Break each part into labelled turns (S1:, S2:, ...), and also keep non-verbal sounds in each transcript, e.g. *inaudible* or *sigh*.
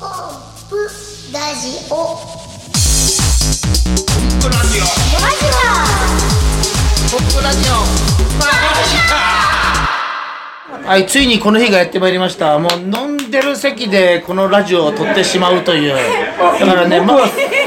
S1: ップラジオ
S2: ポップラジオ
S1: ラジ
S2: ポップラジオはいついにこの日がやってまいりましたもう飲んでる席でこのラジオを撮ってしまうというだからね、ま、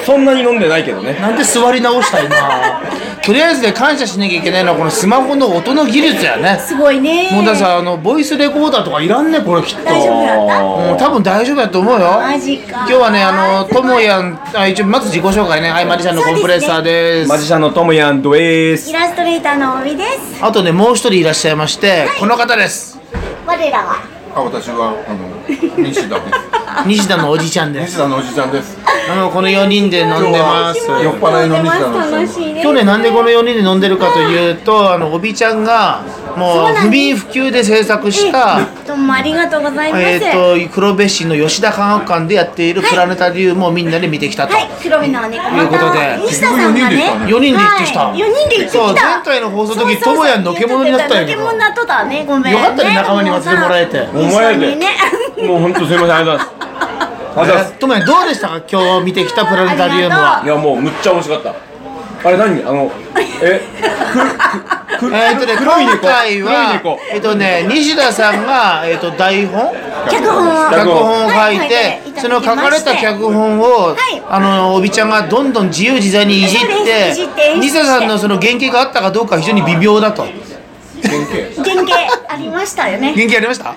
S3: そんなに飲んでないけどね
S2: なんで座り直した今とりあえずで感謝しなきゃいけないのはこのスマホの音の技術やね
S4: すごいね
S2: もうださあのボイスレコーダーとかいらんねこれきっと
S4: 大丈夫やった
S2: うん多分大丈夫やと思うよ
S4: マジか
S2: 今日はねあのともやんあ一応まず自己紹介ねはいマリさんのコンプレッサーです
S3: マジシャンのトムヤンドエース
S4: イラストレーターのみです
S2: あとねもう一人いらっしゃいまして、この方です
S1: オ我らは
S5: あ、私は、あの、西田です。
S2: 西田のおじちゃんで
S5: 西
S2: す
S5: 田のおじちゃんです。
S2: あのこの4人で飲んでます
S5: 今日酔っ払いの西田のお
S4: 楽
S5: じちゃん。
S4: しいね
S2: 今日ねなんでこの4人で飲んでるかというとあのおびちゃんがもう不眠不休で制作した
S4: どうもありがとうございます、
S2: えー、と黒部市の吉田科学館でやっているプラネタリウムをみんなで見てきたと、
S4: はい黒目の猫
S2: ということで
S4: 西田さんが
S5: 結局四人で
S4: ね
S2: 4人で
S5: 行ったね
S2: 行ってきた、
S4: はい、4人で行ってきた
S2: そう前回の放送の時ともやんのけものになったんやけ
S4: の
S2: ど
S4: けもになっとったねごめんね
S2: よかったね仲間に祭ってもらえて
S3: お前
S4: 一緒
S3: で
S4: にね
S3: もうほんとすいませんありがとうございますありがとうございます
S2: ともやんどうでしたか今日見てきたプラネタリウムはい
S3: やもうむっちゃ面白かったあれ何あのえくくく
S2: えーとね、
S3: 黒い
S2: 今
S3: 猫
S2: 回
S3: 黒い
S2: は
S3: 猫、
S2: えっとね、西田さんが、えっと、台本
S4: 脚本を
S2: 脚
S3: 脚
S2: 本を書
S4: はいい
S2: て
S4: 書いていただきまして
S2: その書かれた脚本を、
S4: い
S2: あのおびちゃんがどんどん自由自在にいじっ
S4: そう
S2: て
S4: ですいじって
S2: 西田さんのその原型があったかどうかは非常に微妙だと
S5: 原型。
S4: 原型ありましたよね
S2: *laughs* 原型ありました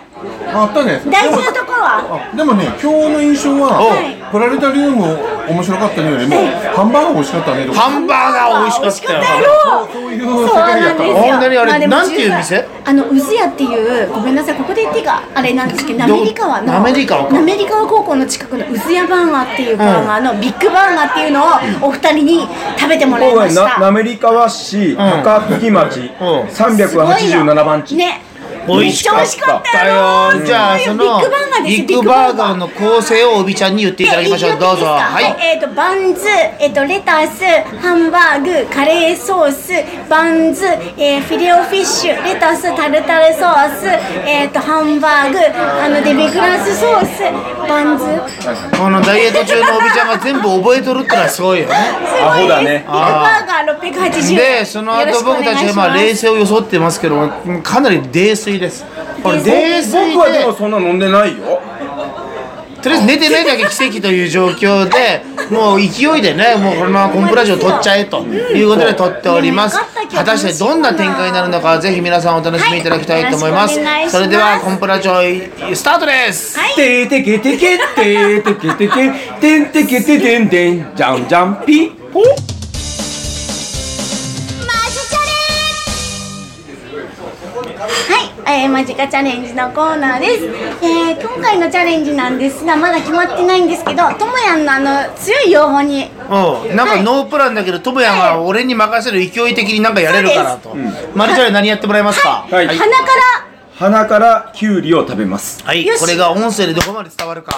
S5: ああったね。
S4: 大事なとこは
S5: あでもね、今日の印象は、
S2: はい
S5: プラネタリウム面白かったのよりも、ハンバーガー美味しかったねとか。
S2: ハンバーガー美味しかったよ
S4: やろう
S5: そういう
S4: そう
S5: 世界
S4: な
S5: や
S4: ん
S5: っ
S4: です
S5: た
S4: よ。
S5: の。
S2: 本当にあれ
S4: までも
S2: なんていう店
S4: あのうずやっていうごめんなさいここで言っていいかあれなんですけど
S2: ど
S4: 滑川の
S2: 滑川か
S4: 滑川高校の近くのうずやバーガーっていうバーガーの、ビッグバーガーっていうのをお二人に食べてもらい
S3: 今
S4: ま
S3: 回
S4: し
S3: な
S4: た。
S3: 滑川市高吹町
S2: うん
S3: 387番地
S4: ね。
S2: 美
S4: め
S2: 味
S4: っ
S2: し
S4: ち
S2: かった
S4: ゃ美味しかったよ。
S2: よじゃあ
S4: す
S2: そ
S4: ごいよ
S2: の
S4: ビッグバーガーです
S2: ビ
S4: よ
S2: ッグバーガーの構成をおびちゃんに言っていただきましょうどうぞ
S4: は
S2: はい
S4: い、えっ、とバンズ、えっ、とレタス、ハンバーグ、カレーソース、バンズ、えーフィレオフィッシュ、レタス、タルタルソース、えっ、とハンバーグ、あのデミグラスソース、バンズ。
S2: このダイエット中のおびちゃんが全部覚えとるってのはすごいよね
S4: すごいです
S3: アホだね
S4: ビッグバーガー六百八十。
S2: でその後僕たちがまあ冷静を装ってますけどもかなり泥酔ですこれ泥
S3: 僕
S2: 酔
S3: はでも
S2: で
S3: そんな飲んでないよ
S2: とりあえず寝てないだけ奇跡という状況でもう勢いでねもうこのままコンプラジオ取っちゃえということで取っております
S4: うんうん
S2: 果たしてどんな展開になるのかぜひ皆さんお楽しみいただきたいと思います
S4: はいよろしく
S2: そ
S4: お願いします
S2: れではコンプラジオスタートです
S4: はい
S3: てーてけてけてーてけてけてんてけててんてんじゃんじゃんぴほ
S4: はい、えー、マジカチャレンジのコーナーです、えー、今回のチャレンジなんですがまだ決まってないんですけどともやんのあの強い要望に
S2: おうなんかノープランだけどともやが俺に任せる勢い的になんかやれるかなとマリちゃん何やってもらえますか
S3: はい
S4: 鼻から
S3: 鼻からキュウリを食べます
S2: はい
S4: よ、し
S2: これが音声でどこまで伝わるか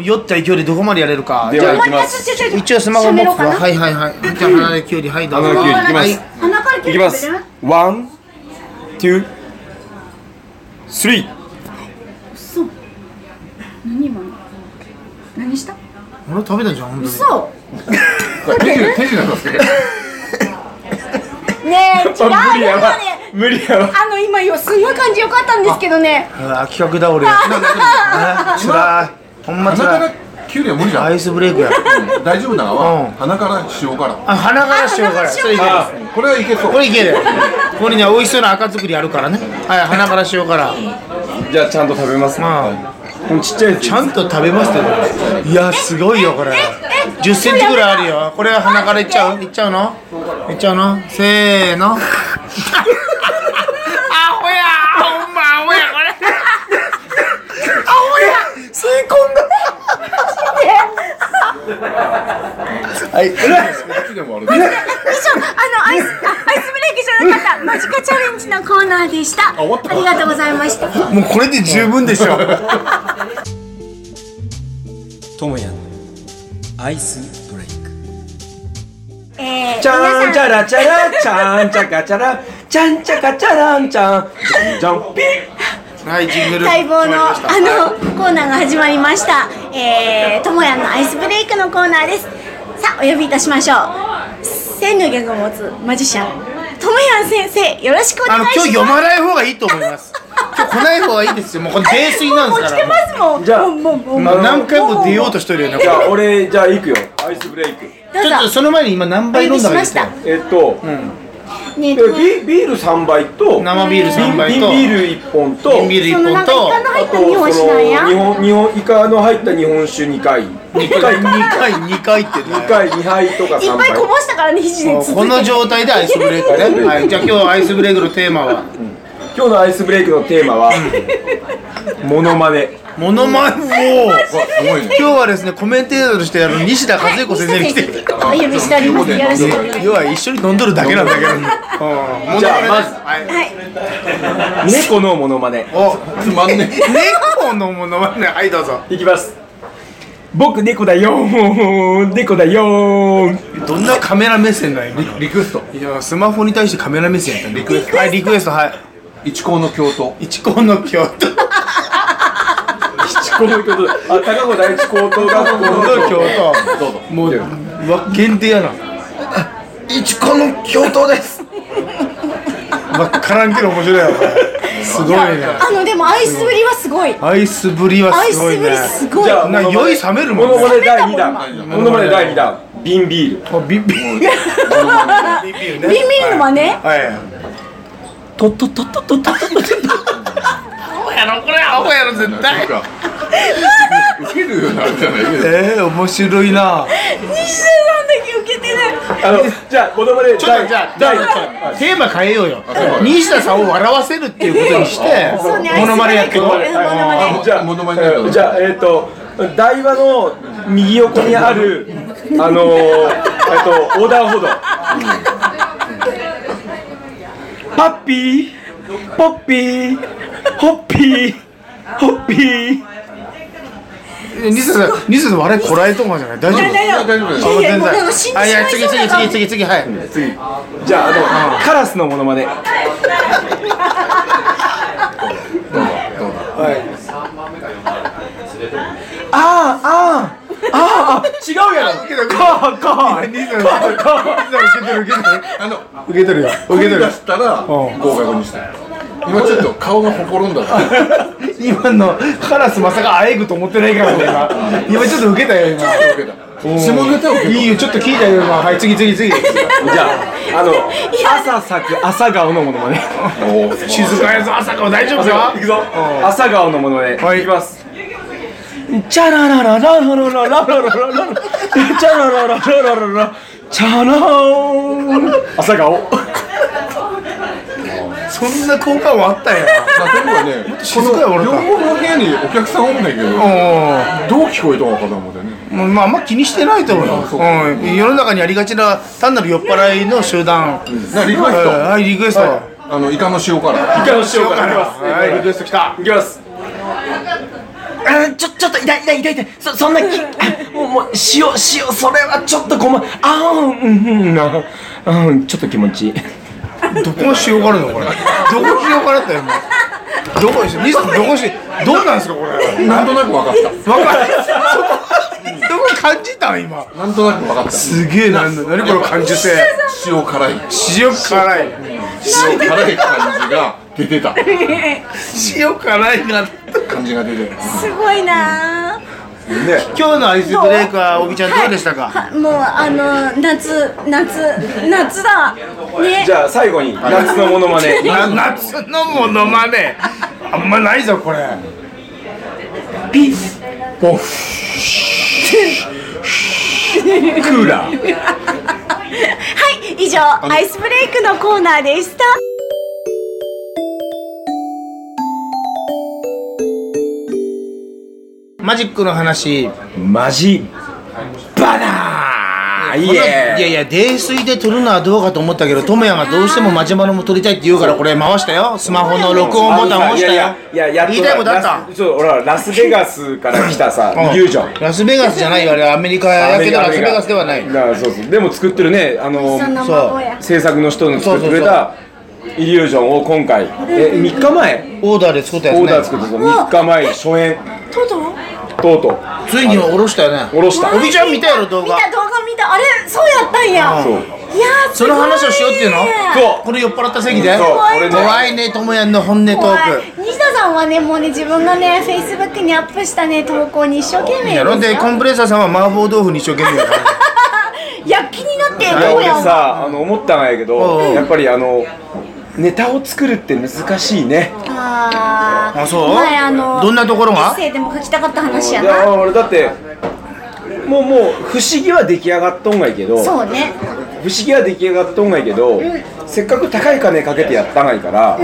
S2: 酔った勢いでどこまでやれるか
S3: で
S2: じゃ
S3: は
S2: あ
S3: 行きます
S4: ちょちょちょ
S2: 一応スマホ持つ
S4: 喋ろ
S2: わ
S4: うかな
S2: はいはいはいじゃあ鼻できゅうりはいどうぞ
S3: 鼻できゅうり
S2: は
S3: 行き
S2: い
S3: ま
S4: 鼻から切
S3: いき
S4: る
S3: ますワン、ツー、スリー
S4: 嘘何今の何した
S2: 俺食べたじゃん本当に
S4: 嘘
S5: これ手品手品なんですけど。
S4: ねえ違う
S3: 無理や
S4: 今
S3: わ
S4: ね
S3: 無理やわ
S4: あの今よすごい感じ良かったんですけどね
S2: うわ企画倒れやねつらいほんま
S5: 鼻
S2: つ
S5: からら
S2: い、
S5: キュウリは無理じゃ
S2: ア
S5: ん。
S2: イスブレイクや
S5: 大丈夫なのは、
S2: うん
S5: 鼻から塩から。
S2: あ鼻からしようからそれいける
S3: あ
S5: これはいけそう。
S2: これいけるこれには美味しそうな赤作りあるからねはい鼻からしようから
S3: じゃあちゃんと食べますね
S2: まあ
S3: はいこのちっちゃいやつ
S2: ちゃんと食べましたよいやすごいよこれ10センチぐらいあるよこれは鼻からいっちゃういっちゃうのいっちゃうのせーのアホやほんまアホやこれ
S3: はい
S5: こっちでもある。あ、
S4: 以上あのアイスあアイスブレーキじゃなかったマジカチャレンジのコーナーでした
S5: 終わった
S4: ありがとうございました
S2: もうこれで十分でしょ
S6: ともやのアイスブレイク
S4: えー、
S3: ちゃ
S4: 皆
S3: んち
S4: さ
S3: ゃ
S4: ん
S3: らちゃらちゃんちゃかちゃらちゃんちゃかちゃらんちゃんじゃんじゃんぴ
S2: はいジングル
S4: 待望のあのコーナーが始まりました、えー、ともやんのアイスブレイクのコーナーですさあお呼びいたしましょう千のギャグを持つマジシャンともやん先生よろしくお
S2: あの
S4: 願
S2: 今
S4: いします
S2: 日読まない方がいいと思います。今日来ない方がいいですよ。もうこれ泥酔なん
S4: もう
S2: で
S4: 来
S2: すか
S4: て
S2: ら。
S4: ますもん
S3: じゃあ
S4: もうもうもう
S2: もう何回も出ようとしてるよね。こ
S3: じ
S2: れ
S3: ゃあ俺じゃあ行くよアイスブレイク
S4: どう
S2: ちょっと
S4: ぞ
S2: その前に今何杯飲んだか言ってた
S4: お呼
S3: えっと、
S4: ねえ
S3: でビビール3杯と
S2: 生ビール3杯
S3: 瓶
S2: と
S3: ビール1本と
S2: 瓶ビール
S4: そ
S2: 1
S4: のな
S2: 本
S4: んか
S2: と
S4: イカの入っ
S3: あと
S4: た
S3: そ
S4: 日
S3: の
S4: 本酒なんや
S3: 日本日本イカの入った日本酒2回
S2: 2
S3: 2
S2: 回
S3: 回
S2: 2
S3: 2
S2: 回2回ってね。
S3: 回2杯とか
S4: い
S3: 3
S4: っぱい
S3: 杯
S4: こぼしたからね肘で
S2: も
S4: つ
S2: う
S4: つ
S2: この状態でアイスブレイク *laughs* ね。はい。じゃあ今日アイスブレイクのテーマは
S3: 今日のアイスブレイクのテーマはモノマネ
S2: モノマネを。
S5: すごいね
S2: 今日はですねコメンテーターとしてあの西田和彦先生に来てる。
S4: お呼びしておりますよろしくお願いします
S2: 要は一緒に飲んどるだけなんだけどね。うん
S3: じゃあまず
S4: はい
S3: 猫のモノマネ
S2: お
S5: つまんねえ
S2: 猫のものはねはいどうぞ
S3: いきます僕猫だよー猫だよー
S2: どんなカメラ目線だ今の
S5: リクエスト
S2: いやスマホに対してカメラ目線やったリクエストはいリクエストはい
S5: 一高の教頭
S2: 一高の京都
S3: この曲あ高子第一高等学校の
S2: 京
S5: どうぞ
S2: 都もうわ限定やな
S5: 一高の教頭です
S2: わっからんけど面白いよこれすごいね
S4: あのでもアイスぶりはすごい
S2: アイスぶりは
S4: アイ
S2: す
S4: ス
S2: ごい
S4: ぶ
S2: ね
S4: りすごい
S3: じゃあ
S2: な
S3: モノマ
S2: 酔
S3: ネ
S2: い冷めるもんね
S3: モノマネ第2弾モノマネ第2弾瓶ビール
S2: あビビ
S4: ビンビンのはね
S2: はい
S3: とととととと
S2: アホやろ絶対
S5: 受けるようなあれじゃないけど
S2: えー、面白いな
S4: 西田さんだけ受けてない
S3: あのじゃあモノマネ
S2: ちょっと
S3: 第
S2: じゃあ
S3: 第
S2: ちょっ
S3: 1
S2: とテーマ変えようよ西田さんを笑わせるっていうことにして
S4: そうね
S2: モノマネやっていこ
S4: アイスブ
S2: う
S4: レイクモノマネ
S3: じゃあ
S5: モノマネだと
S3: じゃあえっと台場の右横にあるあのーえっと横断歩道パッピーポッピーホッピーホッピー
S2: え西田さん西田さん笑いこらえとんかじゃない大丈夫
S4: 大丈夫
S5: 大丈夫です
S4: いやいやもうでも死ん
S2: あ、
S4: で
S2: い
S4: しま
S2: や、
S4: い
S2: 次、
S4: そう
S2: 次、
S4: だから
S2: 次、次、次、はい。
S3: 次じゃああのカラスのモノマネあーあーあーあ違うやろカーカー
S2: 西田さん、受けてる、受けてる。
S5: あの
S2: 受けてるよ。受
S5: 声
S2: け
S5: 出
S2: てる。
S5: したら合格にして今ちょっと顔がほころんだから
S2: 今のカラスまさかあえぐと思ってないからね、今。今ちょっと受けたよ、今。
S5: 受けた下ネタを受け
S2: いいよ、ちょっと聞いたよ、今。はい、次、次、次。
S3: じゃああの朝咲く朝顔のモノマネ
S5: たおお
S2: 静かやぞ、朝顔大丈夫か
S3: 行くぞ朝顔のもので、
S2: はい
S3: いきますチャララララララララララララチャラララララララチャラーン朝顔
S2: そんな効果はあったんやな。
S5: まあ、とにかくね、こ
S2: 静かや
S5: の
S2: 俺
S5: 両
S2: か
S5: 方の部屋にお客さんおんねんけど、どう聞こえたのかな思ってね。
S2: もうまあ、あんま気にしてないと思うよ、うん、世の中にありがちな単なる酔っ払いの集団、
S5: なリクエスト、
S2: はい、リクエスト、は
S5: あのイカの塩辛。
S3: いかのしようかないきます
S2: い、リクエストきた
S3: いきますあちょちょっと痛い痛い痛い痛いそそんなきあもうもう塩塩それはちょっとごまんあーうんうんあーうんちょっと気持ちいい
S2: どこが塩辛なのこれ。どこ塩辛だよもう。どこ西田さんどこしどうなんですかこれ。
S5: なんとなく
S2: わ
S5: 分かっ
S2: かる。そこどこ感じたん今。
S5: た。なんとなく分かった。
S2: すげえなんだ何この感受性。
S5: 塩辛い。
S2: 塩辛い。
S5: 塩辛い感じが出てた。
S2: 塩辛いが。
S5: 感じが出てた。
S4: すごいなあ
S2: 今日のアイスブレイクはおぎちゃんどうでしたか。
S4: はもうあの夏夏夏だね
S3: じゃあ最後に夏のモノマネ
S2: な夏のものまね。あんまないぞこれ。
S3: ピポフクーラー
S4: はい以上アイスブレイクのコーナーでした
S2: マジックの話。
S3: マジバナー
S2: い
S3: イ
S2: やい
S3: エ
S2: や泥酔で撮るのはどうかと思ったけど智也がどうしてもマジマロも撮りたいって言うからこれ回したよスマホの録
S3: ー
S2: 音ボタン押
S3: あのさ
S2: した
S3: い
S2: よ
S3: やいやいややっと
S2: 言いたいことあった
S3: ラスそう俺はラスベガスから来たさイリュージョン
S2: ラスベガスじゃないよあれアメリカやけど
S3: ア
S2: ラ
S3: メ
S2: ス
S3: リ
S2: ベ
S3: カ
S2: ガスではない
S3: だからそうそうでも作ってるねあの
S4: その
S2: そう
S4: 孫や
S3: 制作の人の作ってくれたイリュージョンを今回え3日前
S2: オーダーで作ったやつ
S3: オ
S2: ね
S3: ーダー作ってた3日前初演
S4: トド
S5: とうとう
S2: ついにおろしたよね
S5: 下ろした
S2: おびちゃん見たやろ動画
S4: 見た動画見たあれそうやったんや
S5: そう
S4: いやー
S2: その話をしようっていうの
S4: そう
S2: これ酔っ払った席で
S5: そう
S4: 俺ね
S2: 怖いねともやんの本音ト
S4: 怖い
S2: ー
S4: 西田さんはねもうね自分のねフェイスブックにアップしたね投稿に一生懸
S2: ク
S4: 命
S2: やろで
S4: ですよ
S2: コンプレッサーさんは麻婆豆腐に一生懸命や *laughs* から
S4: いや気になって
S3: いや
S4: どう
S3: 俺
S4: やんは
S3: さあの思ったんやけど
S2: うん
S3: やっぱりあのネタを作るって難しいね
S4: あー
S2: あそう
S4: 前あの
S2: どんなところが
S4: エッセイでも書きたかった話
S3: い
S4: や
S3: や
S4: な
S3: 俺だってもうもう不思議は出来上がっとんがいけど
S4: そうね
S3: 不思議は出来上がっとんがいけど、せっかく高い金かけてやったがいから、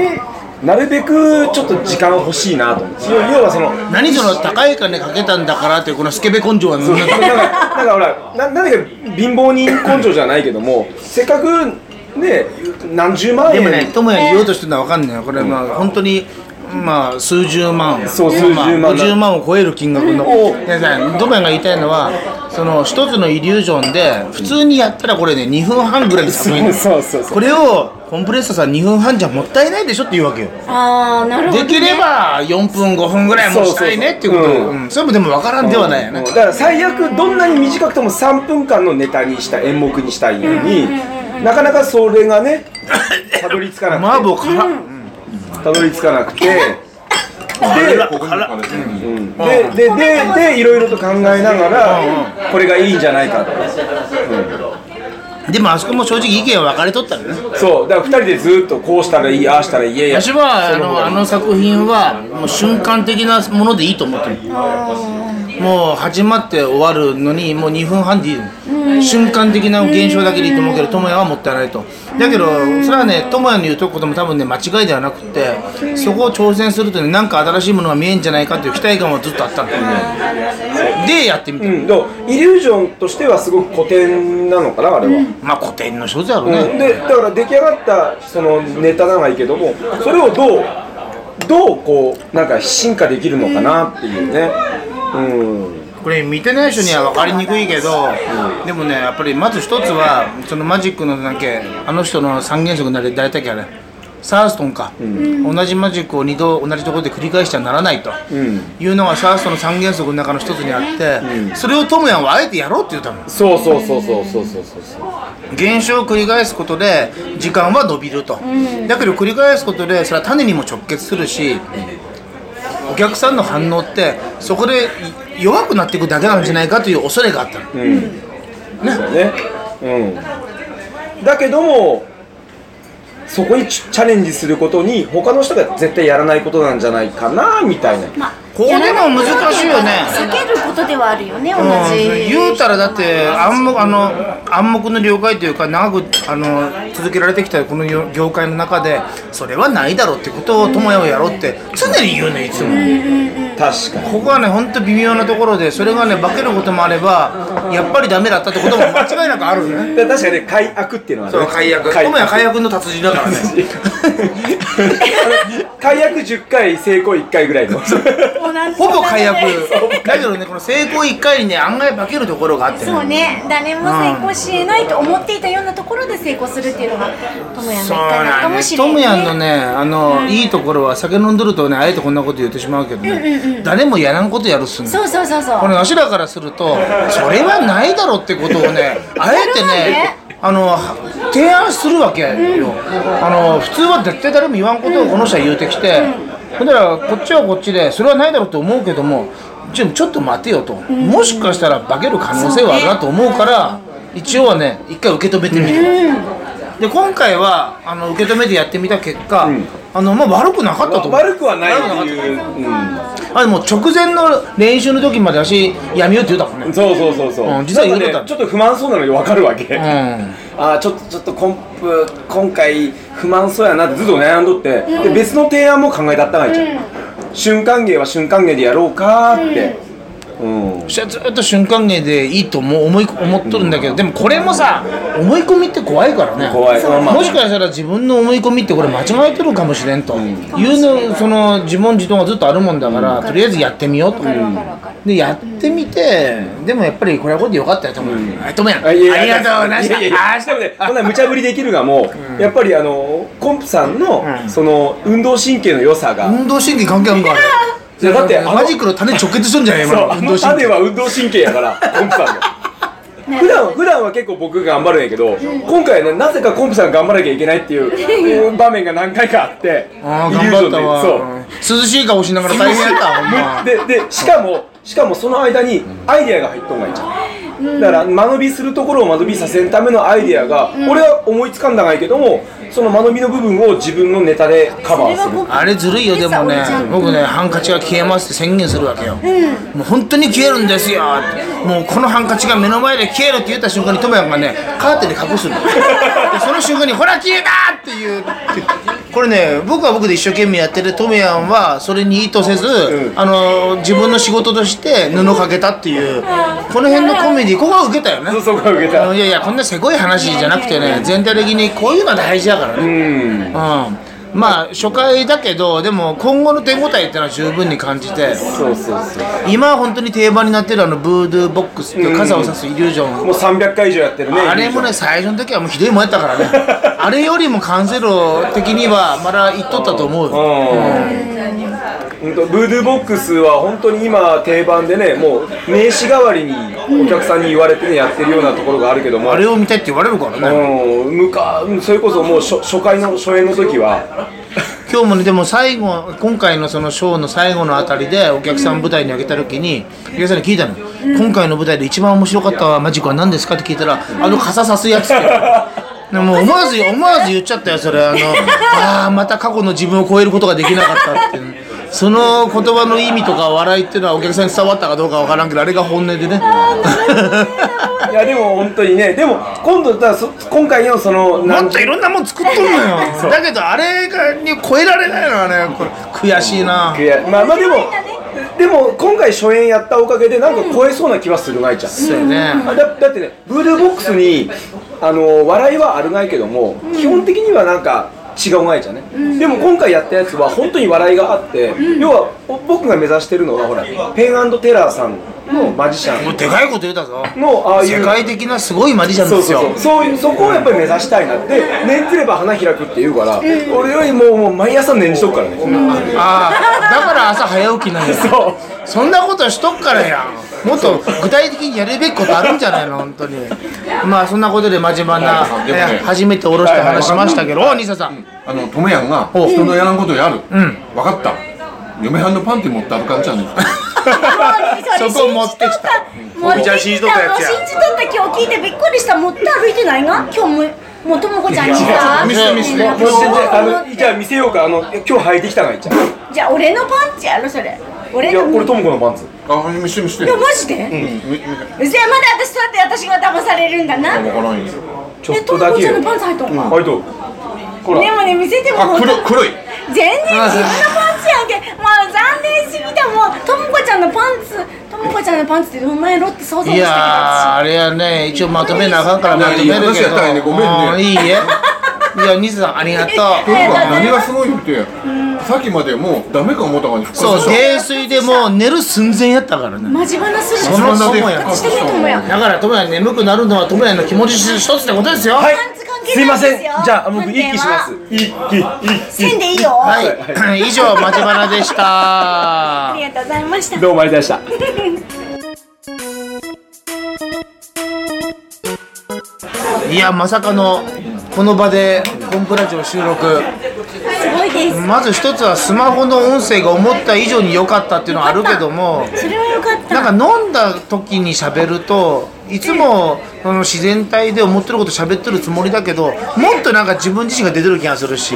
S3: なるべくちょっと時間欲しいなと思って要要はその
S2: 何その高い金かけたんだからっていうこのスケベ根性は
S3: そうなんかなんかほらななんだか貧乏人根性じゃないけどもせっかくね何十万円
S2: でもね、ともやに言おうとしてるのはわかんないよ。これ、まあ、本当に、まあ、数十万。
S3: そう数十万
S2: まあ50万を超える金額の。でさ、ともやが言いたいのは、その、一つのイリュージョンで、普通にやったらこれね、2分半ぐらいで寒いの。
S3: *laughs* そうそうそう
S2: これを、コンプレッサーさん2分半じゃもったいないでしょって言うわけよ。
S4: ああなるほど、
S2: で
S4: ね、
S2: きれば、4分、5分ぐらいもしたいねっていうこと
S3: そうそうそう
S2: うん。それもでもわからんではないよ
S3: も
S2: ね
S3: う。だから最悪どんなに短くても3分間のネタにした演目にしたいのに、なかなかそれがねたどり着かなくて
S2: 麻婆から。
S3: たどり着かなくて。
S5: ここに金ね
S3: うんででででいろいろと考えながらこれがいいんじゃないかって
S2: でも、あそこも正直意見は分かれとったのね。
S3: そうだから2人でずっとこうしたらいいああしたらいいいやいや
S2: 私はあのあの作品はもう瞬間的なものでいいと思ってるもう始まって終わるのにもう2分半でいいの瞬間的な現象だけでいいと思うけど智也はもったいないとだけどそれはね智也の言うとことも多分ね間違いではなくてそこを挑戦するとねなんか新しいものが見えんじゃないかっていう期待感はずっとあったんだよねでやってみた、
S3: うん、でもイリュージョンとしてはすごく古典なのかなあれは、
S2: まあ古典の一つやろうね、
S3: うんでだから出来上がったそのネタなんがいいけどもそれをどうどうこうなんか進化できるのかなっていうねうん
S2: これ見てない人には分かりにくいけど、でもねやっぱりまず一つはそのマジックのなんだっけあの人の三原則なり誰だっけあれサーストンか、同じマジックを二度同じところで繰り返してはならないと、
S3: うん
S2: いうのがサーストンの三原則の中の一つにあって、それをトムヤンはあえてやろうって言ったの
S3: そうそうそうそうそうそうそうそ
S2: 現象を繰り返すことで時間は伸びると、だけど繰り返すことでそれは種にも直結するし、お客さんの反応ってそこでい弱くなっていくだけなんじゃないかという恐れがあったの
S3: ううんねねうんだけどもそこにチチャレンジすることに他の人が絶対やらないことなんじゃないかなみたいな
S4: まあ
S2: これも難しいよね
S4: 避けることではあるよね同じ、
S2: うん、言うたらだって暗黙あの暗黙の了解というか長くあの続けられてきたこの業業界の中でそれはないだろうってことを友也をやろうって常に言うねいつも、
S3: 確かに
S2: ここはねほんと微妙なところでそれがね化けることもあればやっぱりダメだったってことも間違いなくあるよね
S3: だから確かにね解約っていうのはね
S2: そう解約友也解約の達人だからね
S3: 解約10回成功1回ぐらいの
S4: もうなん
S2: ほぼ解約
S4: そうね
S2: だけどねこの成功1回にね案外化けるところがあってね
S4: そうね誰も成功しえないと思っていたようなところで成功するっていうのがトムヤンの
S2: そう
S4: 一回なの
S2: な
S4: か
S2: ん
S4: も
S2: です
S4: しれな
S2: ト
S4: い、
S2: ム
S4: ね、
S2: ヤンのねあの、いいところは酒飲んどるとねあえてこんなこと言ってしまうけどね、誰もやらんことやるっすね
S4: そうそうそうそう
S2: これわしらからするとそれはないだろってことをね *laughs* あえてねあの提案するわけよ、あの普通は絶対誰も言わんことをこの人は言うてきて、ほんだらこっちはこっちでそれはないだろうと思うけどもちょちょっと待てよと、もしかしたら化ける可能性はあるなと思うから一応はね一回受け止めてみる、で今回はあの受け止めてやってみた結果、あのまあ、悪くなかったと思う
S3: 悪くはないっていう、う
S2: あでも直前の練習の時まで私やめようって言ったもんね
S3: ん、そうそうそうそう、
S2: うん実は言うことある
S3: なんかねちょっと不満そうなのに分かるわけ、
S2: うん
S3: ああちょっとちょっとコンプ今回不満そうやなってずっと悩んどって、で別の提案も考えたったがいちゃう、瞬間芸は瞬間芸でやろうかーってうん、
S2: 私はずっと瞬間芸でいいと思う思い思っとるんだけど、でもこれもさ思い込みって怖いからね
S3: 怖いまあまあ
S2: もしかしたら自分の思い込みってこれ間違えてるかもしれんと、いうのその自問自答がずっとあるもんだから、とりあえずやってみようと、でやってみてでもやっぱりこれはこれでよかったよと思う、はいともやんありがとうございました
S3: やややでもね、こんな無茶ぶりできるがもう、やっぱりあのコンプさんの、
S2: うん
S3: その運動神経の良さが、
S2: 運動神経関係あるんかあれ
S3: いやだってあの
S2: マジックの種直結するんじゃない
S3: そう
S2: 今
S3: あ
S2: 運
S3: の
S2: 動神
S3: 種
S2: 経
S3: は運動神経やからコンプさんの普段普段は結構僕が頑張るんやけど今回ねなぜかコンプさんが頑張らなきゃいけないっていう場面が何回かあって
S2: ああ
S3: イ
S2: 頑
S3: リュージ
S2: 張
S3: ョ
S2: っ
S3: ン
S2: たわ涼しい顔しながら大変やったほんま
S3: でそうででしかもしかもその間にアイデアが入っとんがいいじゃんだから間延びするところを間延びさせるためのアイデアが、俺は思いつかんだがいいけどもその間延びの部分を自分のネタでカバーする
S2: あれずるいよでもね僕ねハンカチが消えますって宣言するわけよ、もう本当に消えるんですよってもうこのハンカチが目の前で消えるって言った瞬間にトモヤンがねカーテンで隠すのでその瞬間にほら消えたっていうこれね僕は僕で一生懸命やっててトモヤンはそれに意図せず、あの自分の仕事として布かけたっていうこの辺のコメディここは受けたよね
S3: そうそこが受け
S2: あ
S3: た
S2: のいやいやこんなせこい話じゃなくてね全体的にこういうのは大事だからね
S3: うん
S2: うん、まあ初回だけどでも今後の手応えっていうのは十分に感じて
S3: そうそうそう
S2: 今は本当に定番になってるあのブードゥーボックスっていう傘を差すイリュージョン、
S3: もう300回以上やってるね
S2: あれもね最初の時はもうひどいもんやったからねあれよりも完成度的にはまだいっとったと思うよ
S3: うん、とブードゥーボックスは本当に今定番でねもう名刺代わりにお客さんに言われてねやってるようなところがあるけども
S2: あれを見たいって言われるからね
S3: うんむかそれこそもう初初回の初演の時は
S2: 今日もねでも最後今回のそのショーの最後のあたりでお客さん舞台に上げた時にお客さんに聞いたの、今回の舞台で一番面白かったマジックは何ですか?」って聞いたら「あの傘さすやつ」って言ったでも思わず思わず言っちゃったよそれあのああまた過去の自分を超えることができなかったっていうねその言葉の意味とか笑いっていうのはお客さんに伝わったかどうかわからんけどあれが本音でね *laughs*
S3: いやでも本当にねでも今度だそ今回のそのな
S2: も
S3: ん
S2: っといろんなもん作っとんのよだけどあれがに超えられないのはねこれ悔しいない
S3: やまあまあでもでも今回初演やったおかげでなんか超えそうな気はするがいちゃん
S2: そうよね、
S3: あだだってねブードゥーボックスにあの笑いはあるがいけども、基本的にはなんか違うがいじゃね、でも今回やったやつは本当に笑いがあって、要はお僕が目指してるのはほらペンテラーさんのマジシャ
S2: もう
S3: ン
S2: でかいこと言うたぞ
S3: のああいう
S2: 世界的なすごいマジシャン
S3: そ
S2: で
S3: う
S2: す
S3: そう
S2: よ
S3: そうそういうそこをやっぱり目指したいなって念ずれば花開くって言うから、俺よりもうもう毎朝念じとくからね、
S2: ああだから朝早起きなんや
S3: そう
S2: そんなことしとっからやんもっと具体的にやるべきことあるんじゃないの本当にまあそんなことで真面目な、
S5: いでもね
S2: え初めておろした話しましたけど、お兄さんさん、
S5: あの、トメヤンが
S2: お
S5: 人のやらんことをやる。
S2: ん
S5: 分かった。嫁はんのパンティ持って歩かんちゃうんです
S2: *laughs* そこを持ってきた
S4: 持って
S2: 僕じ
S4: き
S2: ゃ
S4: た
S2: あ信じとったやつや
S4: 信じとった今日聞いてびっくりした持って歩いてないが今日ももうともこちゃんにさ
S2: 見せて見せて
S4: うん
S3: もう全然あのじゃあ見せようかあの今日履いてきたがいちゃんい
S4: じゃあ俺のパンチやろそれ俺
S3: や
S4: の
S3: これトムコのパンツ
S5: あ、見して見して。
S4: いやマジで、うせやまだ私そうやって私が騙されるんだな
S5: 分からんよ。
S3: ちょ
S4: え
S3: っ
S4: ト
S3: と
S4: ム
S3: だ
S4: コ
S3: け
S4: ちゃ
S3: よ
S4: んのパンツ入っとんか、
S3: はいどうほら
S4: でもね見せても
S5: あ、
S4: 本当
S5: 黒い、黒い。
S4: 全然自分のパンツやんけもう残念すぎたもうともこちゃんのパンツともこちゃんのパンツってどんなんやろって想像し
S2: い
S4: て
S2: や
S4: た
S2: ー
S4: か
S2: あれはね一応まとめなあかんからまとめる
S5: い
S2: け
S5: やいい話やったんやね
S2: ど
S5: ごめんね
S2: うんいいえいや兄さんあり
S5: *laughs*
S2: がと
S5: という
S2: う
S5: か、何がすごいって、さっきまでもうダメか思ったのに復
S2: そう
S5: 活した。
S2: 泥酔でもう寝る寸前やったからね
S4: らマジ話する
S2: その
S4: パン
S2: そも
S5: や
S2: や
S4: ツしてねともや
S2: だから、トムヤ眠くなるのはトムヤの気持ち一つってことですよ。
S3: はい
S4: パンツ関係
S3: すいま
S4: な
S3: せ
S4: いですよ
S3: んじゃあ僕
S4: 本編は
S3: 一気します一気一
S4: せんでいいよ、
S2: はい、以上、まちばなでした
S4: あ。りがとうございま
S3: *laughs*
S4: した
S3: 気どうもありがとうございました
S2: いや、まさかの、この場で、コンプラジオ収録。
S4: すごいです
S2: まず一つは、スマホの音声が思った以上に良かったっていうのはあるけども。
S4: それはよかっ
S2: な
S4: た
S2: んか飲んだ時に喋るといつもその自然体で思ってること喋ってるつもりだけどもっとなんか自分自身が出てる気がするし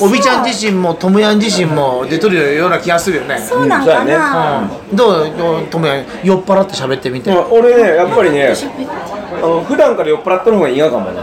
S2: おびちゃん自身もともやん自身も出てるような気がするよね
S4: そうなんか
S3: うんそう
S4: な、
S2: どうどうともやん酔っ払って喋ってみて
S3: まあ俺ねやっぱりねあの普段から酔っ払ったの方が嫌かもな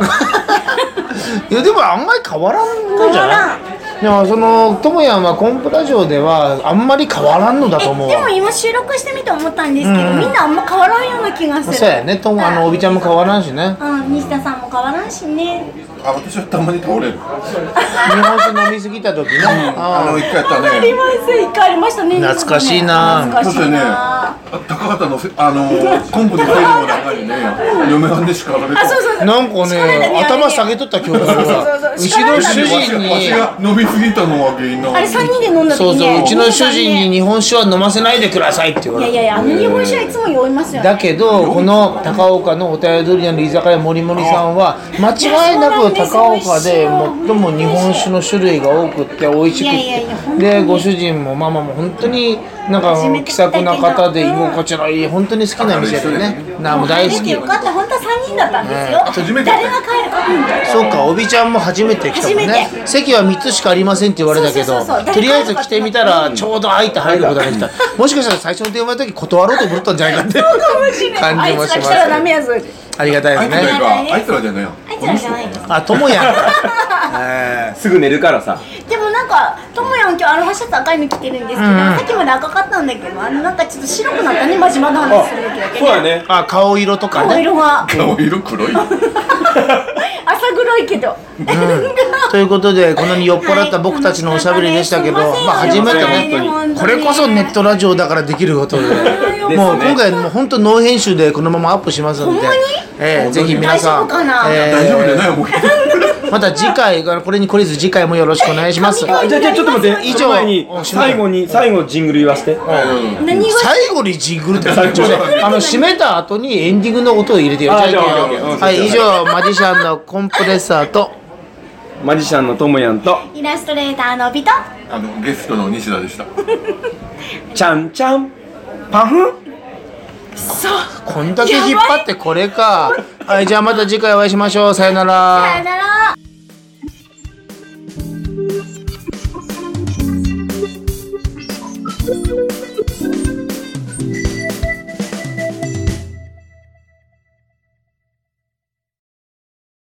S2: いやでも案外変わらんのじゃ
S4: 変わら
S2: ないでもそのともやんはコンプラジオではあんまり変わらんのだ
S4: え
S2: と思う
S4: でも今収録してみて思ったんですけど、みんなあんま変わらんような気がする
S2: そうやねともあのおびちゃんも変わらんしね
S4: うん西田さんも変わらんしね
S5: あ私はたまに倒れる
S2: 日本酒飲みすぎた時ね
S5: あの一回やった
S4: あり
S5: ね
S4: ます一回ありましたね
S2: 懐かしいな
S4: 懐か
S5: だっ
S4: しい
S5: てね
S4: な
S5: あ高畑のせあのコンプに入るまで中にね嫁はんでしかられて
S4: あそうそうそう
S2: なんか
S4: 力で見られ
S2: ね
S4: て
S2: 頭下げとった記憶が
S4: そうそうそう
S2: 後ろ主
S5: わし
S2: 人
S5: がわし
S2: に
S5: が飲みすぎたのは原因なの
S4: あれ三人で飲んだ時
S2: そう
S4: ね
S2: そううちの主人に日本酒は飲ませないでくださいって言われて
S4: いやいやいやあの日本酒はいつも酔いますよね
S2: だけどこの高岡のお便り屋の居酒屋森森さんは間違いなく高岡で最も日本酒の種類が多くって美味し
S4: いやいやいや
S2: く
S4: 本
S2: て
S4: 当に
S2: でご主人もママも本当になん
S4: 初め
S2: か
S4: て
S2: 気
S4: 来た
S2: さ
S4: け
S2: く
S4: ど
S2: な方で居
S4: うん
S2: 心地のいい本当に好きな店でねなもう大好
S4: 出て
S2: き
S4: よかった本当は三人だったんですよ、
S5: 初めて
S4: 誰が帰るか、う
S2: そ
S4: ん
S2: うかおびちゃんも初めて来たもんね
S4: 初め
S2: 席は3つしかありませんって言われたけ
S4: そうそうそうそ
S2: ど
S4: う
S2: とりあえず来てみたらちょうど空いて入ることができたもしかしたら最初の電話の時断ろうと思ったんじゃないかって感じもし
S4: あい
S2: ま
S4: つが来
S2: す
S4: たらダメやぞ
S2: ありがた
S5: あい
S2: い
S5: つ
S2: ですね
S5: らがあいつらじゃないよ
S4: あいつらじゃないです
S2: あ、ともやん。え
S3: すぐ寝るからさ
S4: でもなんかともやん今日アロハシャツ赤いの着てるんですけど、さっきまで赤かったんだけどあのなんかちょっと白くなったね真島の話する時だけ
S3: そうだね
S2: ーあ、顔色とか
S4: 顔
S2: ね。*laughs*
S4: 色が
S5: 顔色黒い
S4: 浅黒いけど、
S2: ということで、こんなに酔っ払った僕たちのおしゃべりでしたけど、まあ初めてね、
S4: 本
S2: これこそネットラジオだからできることで、もう今回もう本当ノー編集でこのままアップしますんで
S4: ほんまに、
S2: えーぜひ皆さん
S4: 大丈夫か、な
S2: えー
S5: 大丈夫じゃないもう
S2: また次回、これに懲りず次回もよろしくお願いします。
S3: あじゃあじゃあちょっと待って
S2: 以上
S3: その前に
S2: おしまい
S3: 最後に最後ジングル言わせて
S4: 何を
S2: 最後にジングルって最長で、あの締めた後にエンディングの音を入れてよ。
S3: あ
S2: じゃあ
S3: じゃあ
S2: 行くよ
S3: オッケーオッケー
S2: はい、以上マジシャンのコンプレッサーと。
S3: マジシャンのともやんと
S4: イラストレーターのビト
S5: あのゲストの西田でした
S3: ちゃんちゃんパフン
S2: こんだけ引っ張ってこれか。はい、じゃあまた次回お会いしましょう。さよなら。
S4: さよなら